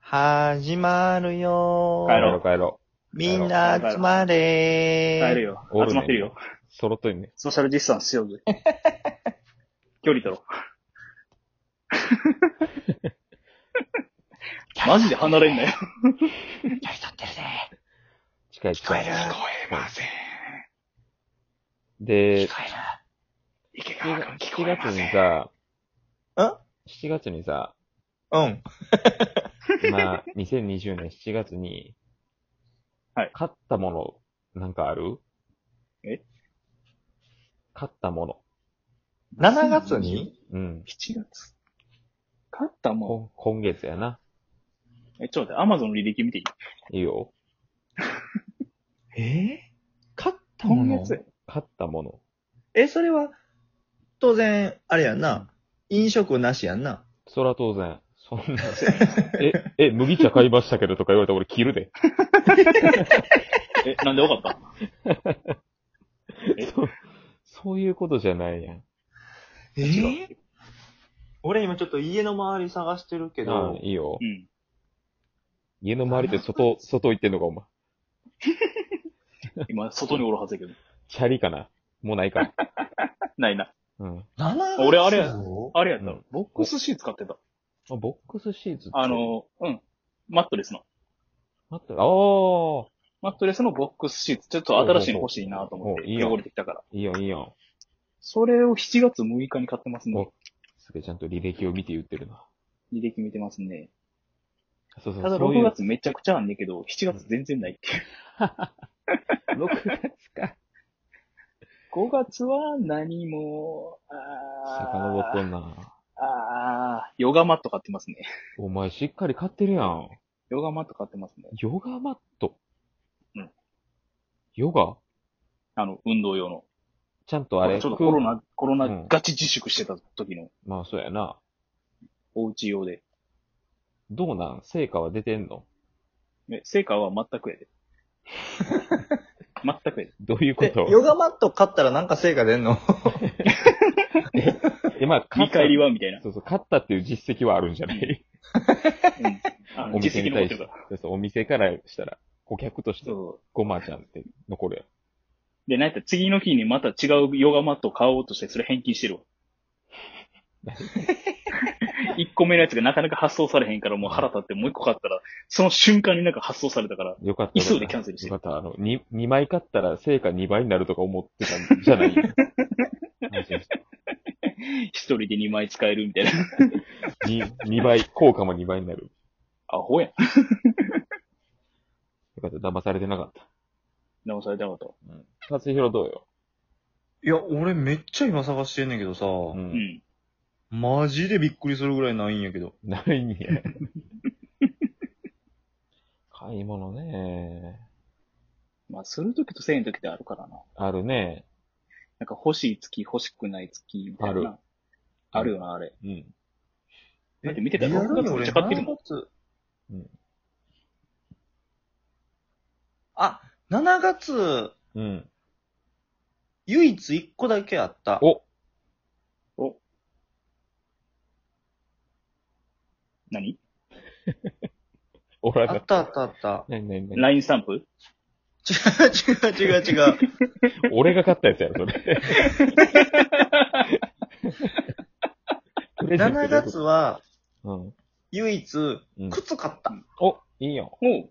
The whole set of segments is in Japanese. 始まるよ帰ー。ろう帰ろみんな集まれー。帰るよ。おるね集まってるよ。う。揃っとるね。ソーシャルディスタンスしようぜ。 距離取ろう。マジで離れんなよ。 やりとってるね。近い聞こ近えいる。聞こえません。聞でこ、池川君聞こ7え月ませにん。さ、える。ん7月にさ、うん。今、2020年7月に、はい買ったもの、なんかあるえ買ったも7月にの。うん。 ?7 月。勝ったもん。こ今月やな。え、ちょっと待って、アマゾン履歴見ていいいいよ。え買ったも今の月。買ったもの。え、それは、当然、あれやんな。飲食なしやんな。そら当然。そんな。え、え、麦茶買いましたけどとか言われたら俺切るで。え、なんでわかったえそう、そういうことじゃないやん。え違俺今ちょっと家の周り探してるけうん、いいよう。ん。家の周りで外、外行ってんのか、お前。今、外におるはずやけど。チャリかなもうな いか。ないな。うん。 7月俺あれやよあれやったうのん。ボックスシーツ買ってた。あ、ボックスシーツってあ、の、うん。マットレスの。あった、あーマットレスのボックスシーツ、ちょっと新しいの欲しいなと思っおて、ういいよ汚れてきたから。いいよいいよ。それを7月6日に買ってますねお。すげえちゃんと履歴を見て言ってるな。履歴見てますね。そうそう、ただそうい6う。月めちゃくちゃあんねんけど、7月全然ないっていう。 6月か。 5月は何も、あ 遡っーとんな。あー、ヨガマット買ってますね。お前しっかり買ってるやん。ヨガマット買ってますね。ヨガマット。うん。ヨガあの、運動用の。ちゃんとあれ。ちょっとコロ空ナ、コロナうんガチ自粛してた時のまあそうやな。お家用で。どうなん成果は出てんのえ成果は全くや で。全くやで。どういうことえヨガマット買ったらなんか成果出んのえ、まあ、買見った返りはみたいな。そうそう、勝ったっていう実績はあるんじゃないうん。あのお実店に績残っ対てるしてから。。そうそう、お店からしたら、顧客として、そう。ごまちゃんって残るで、なんやったら次の日にまた違うヨガマットを買おうとして、それ返金してるわ。1個目のやつがなかなか発送されへんからもう腹立って、もう1個買ったら、その瞬間になんか発送されたから、やん。よかったら。急いでキャンセルしてよかった。あの、2、二枚買ったら成果2倍になるとか思ってたんじゃな い安心して1人で2枚使えるみたいな。二2倍、効果も2倍になる。アホやん。よかった、騙されてなかった。直されたこと。うん。勝弘どうよ。いや、俺めっちゃ今探してんねんけどさ、う。うんん。マジでびっくりするぐらいないんやけど。ないん や。買い物ね。まあ、するときとせえんときってあるからな。あるね。なんか欲しい月、欲しくない月みたいな。あるあるよな、あれ。うん。だって見てたら6月めっちゃ買ってるもんん。7月うんあ、7月、うん。唯一1個だけあった。お何おらあがっ。たあったあった。なになになに ?LINE スタンプ 違う違う違う違う。俺が買ったやつやろ、それ。プレゼント7月はうん。唯一うん、靴買った。お、いいよ。もう。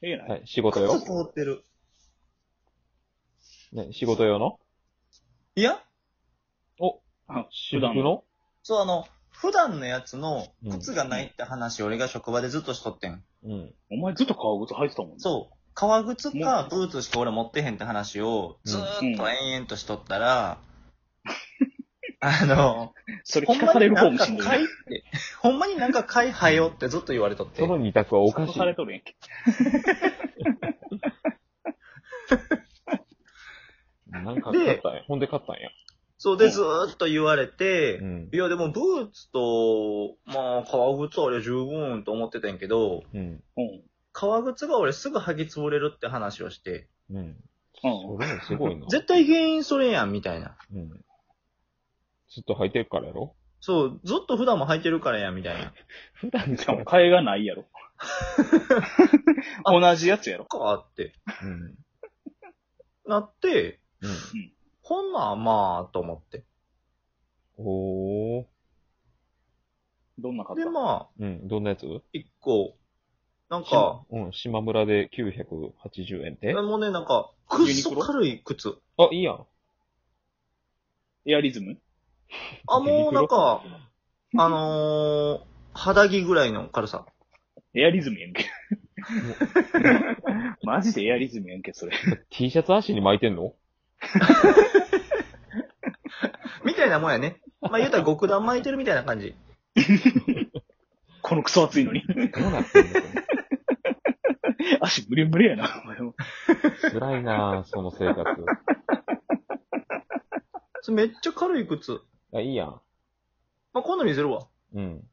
ええな。はい、仕事用靴。凍ってる。ね、仕事用のいや、あ私普服段の。のそうあの、普段のやつの靴がないって話、俺が職場でずっとしとってん。うん。お前ずっと革靴履いてたもんね。そう。革靴かブーツしか俺持ってへんって話をずーっと延々としとった ら、あの、それほ聞んかまされにるな方んもかしんどいな買いって、ほんまになんか買い はよってずっと言われとってそ。の二択はおかしいさ。れとるやんけ。なんか買ったんや。ほんで買ったんや。そうでずーっと言われてう、んい。やでもブーツと、まあ革靴は俺十分と思ってたんやけど、うん。うん。革靴が俺すぐ履き潰れるって話をして、うん。それもすごいな。絶対原因それやんみたいな。うん。ずっと履いてるからやろそう、ずっと普段も履いてるからや、みたいな。普段しかからも、替えがないや ろ。同じやつやろ。かって、うん。なって、うん。ほんならまあ、と思って。おー。どんな方で、まあ、うん。どんなやつ一個、なんか、うん。島村で980円って。もうね、なんか、くっユニクそロ軽い靴。あ、いいやん。エアリズムあ、もうなんかユニ、あのー、肌着ぐらいの軽さ。エアリズムやんけ。 マジでエアリズムやんけ、それ。 T シャツ足に巻いてんのみたいなもんやね。まあ言うたら極段巻いてるみたいな感じ。このクソ暑いのに。 どうなってんのこ足ブレブレやな、お前も。れ辛いなぁ、その生活。それめっちゃ軽い靴。あ、いいやん。まあ今度にするわ。うん。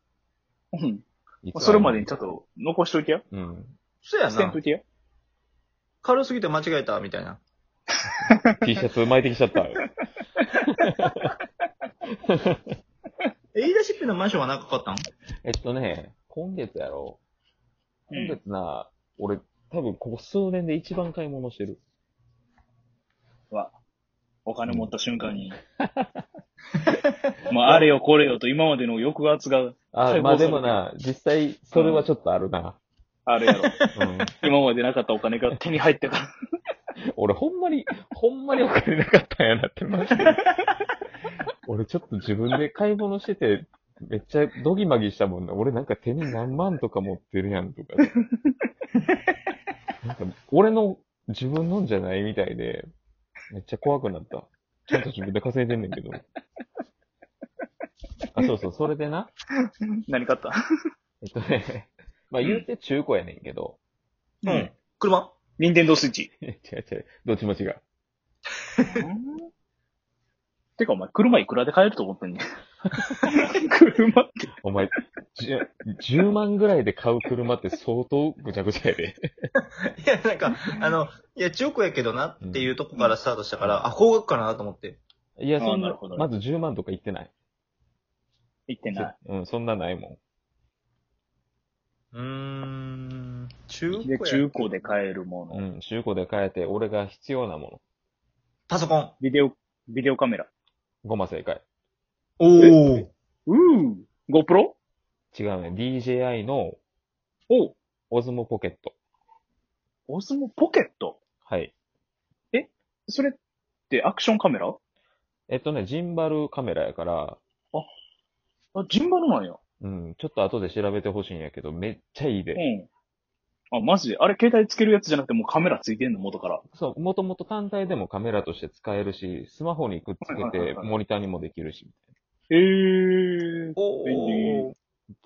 うん。いつそれまでにちょっ。と残しといてや。うん。そや捨てんなと。いてや。軽すぎて間違えた、みたいな。 T シャツ巻いてきちゃった。え、言い出しっぺのマンションはなんか買ったんえっとね、今月やろ。う今ん月な、俺、多分ここ数年で一番買い物してる。お金持った瞬間 に。まあ、あれよこれよと今までの抑圧があは、いまあもうそでれもな、実際、それはちょっとある な。あるやろ。うん。今までなかったお金が手に入ったから。俺、ほんまに、ほんまにお金なかったんやなって、マジで。俺、ちょっと自分で買い物してて、めっちゃドギマギしたもんな。俺なんか手に何万とか持ってるやんとか。なんか、俺の自分のんじゃないみたいで、めっちゃ怖くなった。ちゃんと自分で稼いでんねんけど。あ、そうそう、それでな。何買ったえっとね、まあ言うて中古やねんけど。 う。ん。車 ニンテンドースイッチ。違う違う、どっちも違う。 てかお前、車いくらで買えると思ってんねん。 車って。お前、じゅ10万ぐらいで買う車って相当ぐちゃぐちゃやで。いや、なんか、 あの、いや、中古やけどなっていうとこからスタートしたから、あ、高額かなと思って。いや、そんあーなな、るほどねまず10万とか言ってない。言ってない。うん、そんなないもうーん、中古で、や。中古で買えるもん。うの。ん、中古で買えて、俺が必要なもパソコン。ビデオ、ビデオカメラ。の。ごま正解。おー。うー GoPro? 違うね。DJI のおうオズモポケット。オズモポケットはい。それってアクションカメラえっとね、ジンバルカメラやから、あ、ジンバルなんや。うん、ちょっと後で調べてほしいんやけど、めっちゃいいで。うん。あ、マジであれ、携帯つけるやつじゃなくてもうカメラついてんの元から。そう、もともと単体でもカメラとして使えるし、スマホにくっつけはいはいてはいはいモニターにもできるし。へえ。おー。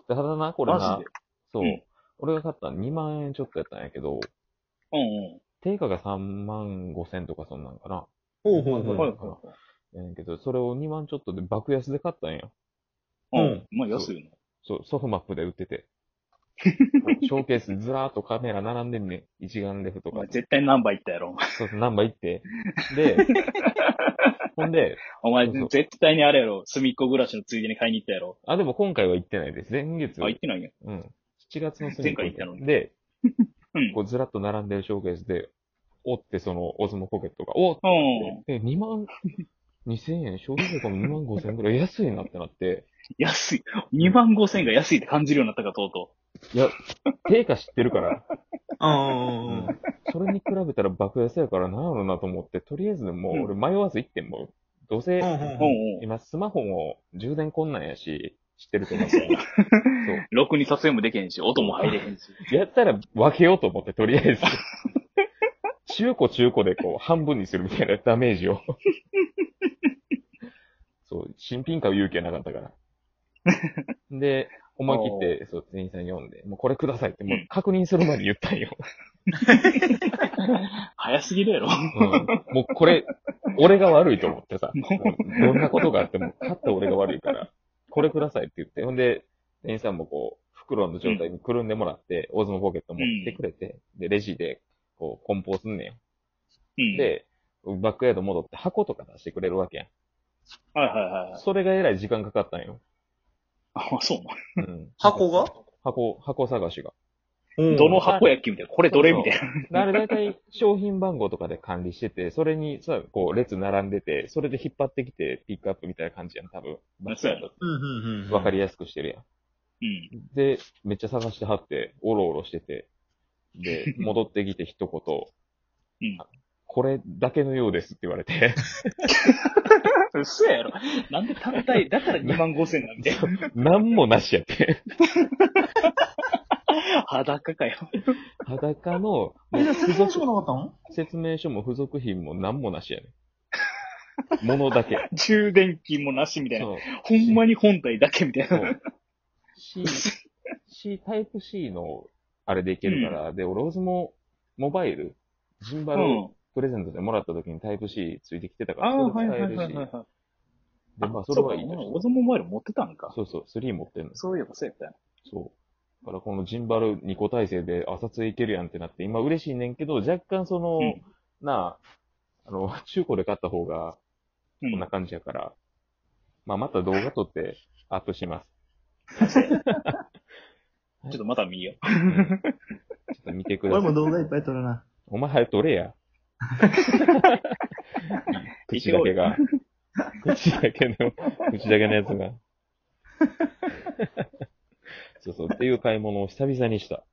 ただな、これマなジで、。そう、うん俺が買ったの2万円ちょっとやったんやけど、うん定価が3万5千とかそんなんかな。ほうほうほう。うんははいいはいははやねんけど、それを2万ちょっとで爆安で買ったんや。い。ううんん。まあ安いよね。そう、ソフマップで売っ てて。ショーケースずらーっとカメラ並んでんねん。一眼レフとおか前。絶対ナンバーいったやろ。そうそう、ナンバー行って。 で、ほんで、お前そうそう絶対にあれやろ。隅っこ暮らしのついでに買いに行ったやろ。あ、でも今回は行ってないです。前月。あ、行ってないんや。うん。7月の末前回行ったのにで、うんこうずらっと並んでるショーケースで、おってその、オズモポケットが、おっうん。で、2万、2000円、消費税込み2万5000円ぐらい安いなってなって、安い。2万5千円が安いって感じるようになったか、とうといや、定価知ってるから、うんうんうん。それに比べたら爆安やからなんやろなと思って、とりあえずもううん俺迷わず行ってんもん。どうせう、んう。うんうん。うん。今スマホも充電困難やし、知ってると思うから。そろくに撮影もできへんし、音も入れへん し。う。やったら分けようと思って、とりあえず。 中古中古でこう、半分にするみたいなダメージ を。そう、新品買う勇気はなかった から。で、思い切って、そう、店員さんに読んで、もうこれくださいって、もう確認する前に言ったんよ。早すぎるやろ。うんもうこれ、俺が悪いと思って さ、もどんなことがあっても、勝った俺が悪いから、これくださいって言って、ほんで、店員さんもこう、袋の状態にくるんでもらって、大相撲ポケット持ってくれて、で、レジで、こう、梱包すんねんよ。うん。で、バックヤード戻って箱とか出してくれるわけやん。はいはいはいはい。それがえらい時間かかったんよ。あ、そう うん箱が箱、箱探しが。な。うんどの箱やっけみたいな。これどれみたいな。であれ大体商品番号とかで管理してて、それにさ、こう列並んでて、それで引っ張ってきてピックアップみたいな感じやん、多分。そうやろうんうんうん。わかりややすくしてるやん。うん。で、めっちゃ探してはって、おろおろしてて、 で、戻ってきて一言、うんこれだけのようですって言われて、 嘘やろ。なんで単体、だから2万5千なんみたい な。なんもなしやって。裸かよ。裸の、もうえ、じゃあ付説明書属、がなかったの説明書も付属品もなんもなしやねん。ものだけ。充電器もなしみたいな。そう。ほんまに本体だけみたいそな。う C、C、タイプ C の、あれでいけるから、で、俺ローズも、モバイル、ジンうバルん。プレゼントでもらった時にタイプ C ついてきてたかあら、あ、そはれいではい使えはいるはし、いはい。で、まあ、それはいいとしてオズモモバイル持ってたんか。そうそう、3持ってんの。そういえばそうやったよそう。だからこのジンバル2個体制で朝ついけるやんってなって、今嬉しいねんけど、若干その、うんなあ、あの、中古で買った方がこんなな。感じやから、まあまた動画撮ってアップ します。うん。ちょっとまた見よう。うんちょっと見てください。動画いっぱい撮るな。お前早く撮 れや。口だけが、口だけの、口だけのやつが。そうそう、っていう買い物を久々にした。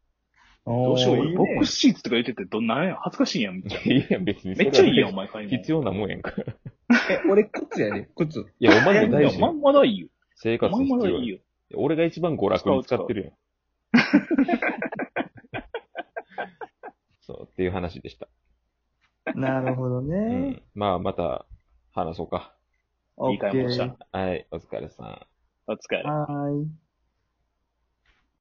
どどうしよう、いい俺ねボックスシーツとか言ってて、どんなんや、恥ずかしいやん、めっちゃ。いいやん、別に。めっちゃいいやん、おそ前買いれ物。は必要なもんやんか。いえ俺、靴やで、靴。や、お前もい大や、ま事。んまだいいよ。生活まんにま必だい要いやよ。俺が一番娯楽に使ってるやん。 そう、っていう話でした。なるほどうね。ん。まあ、また、話そうか。いい買い物した。はい、お疲れさん。お疲れ。はーい。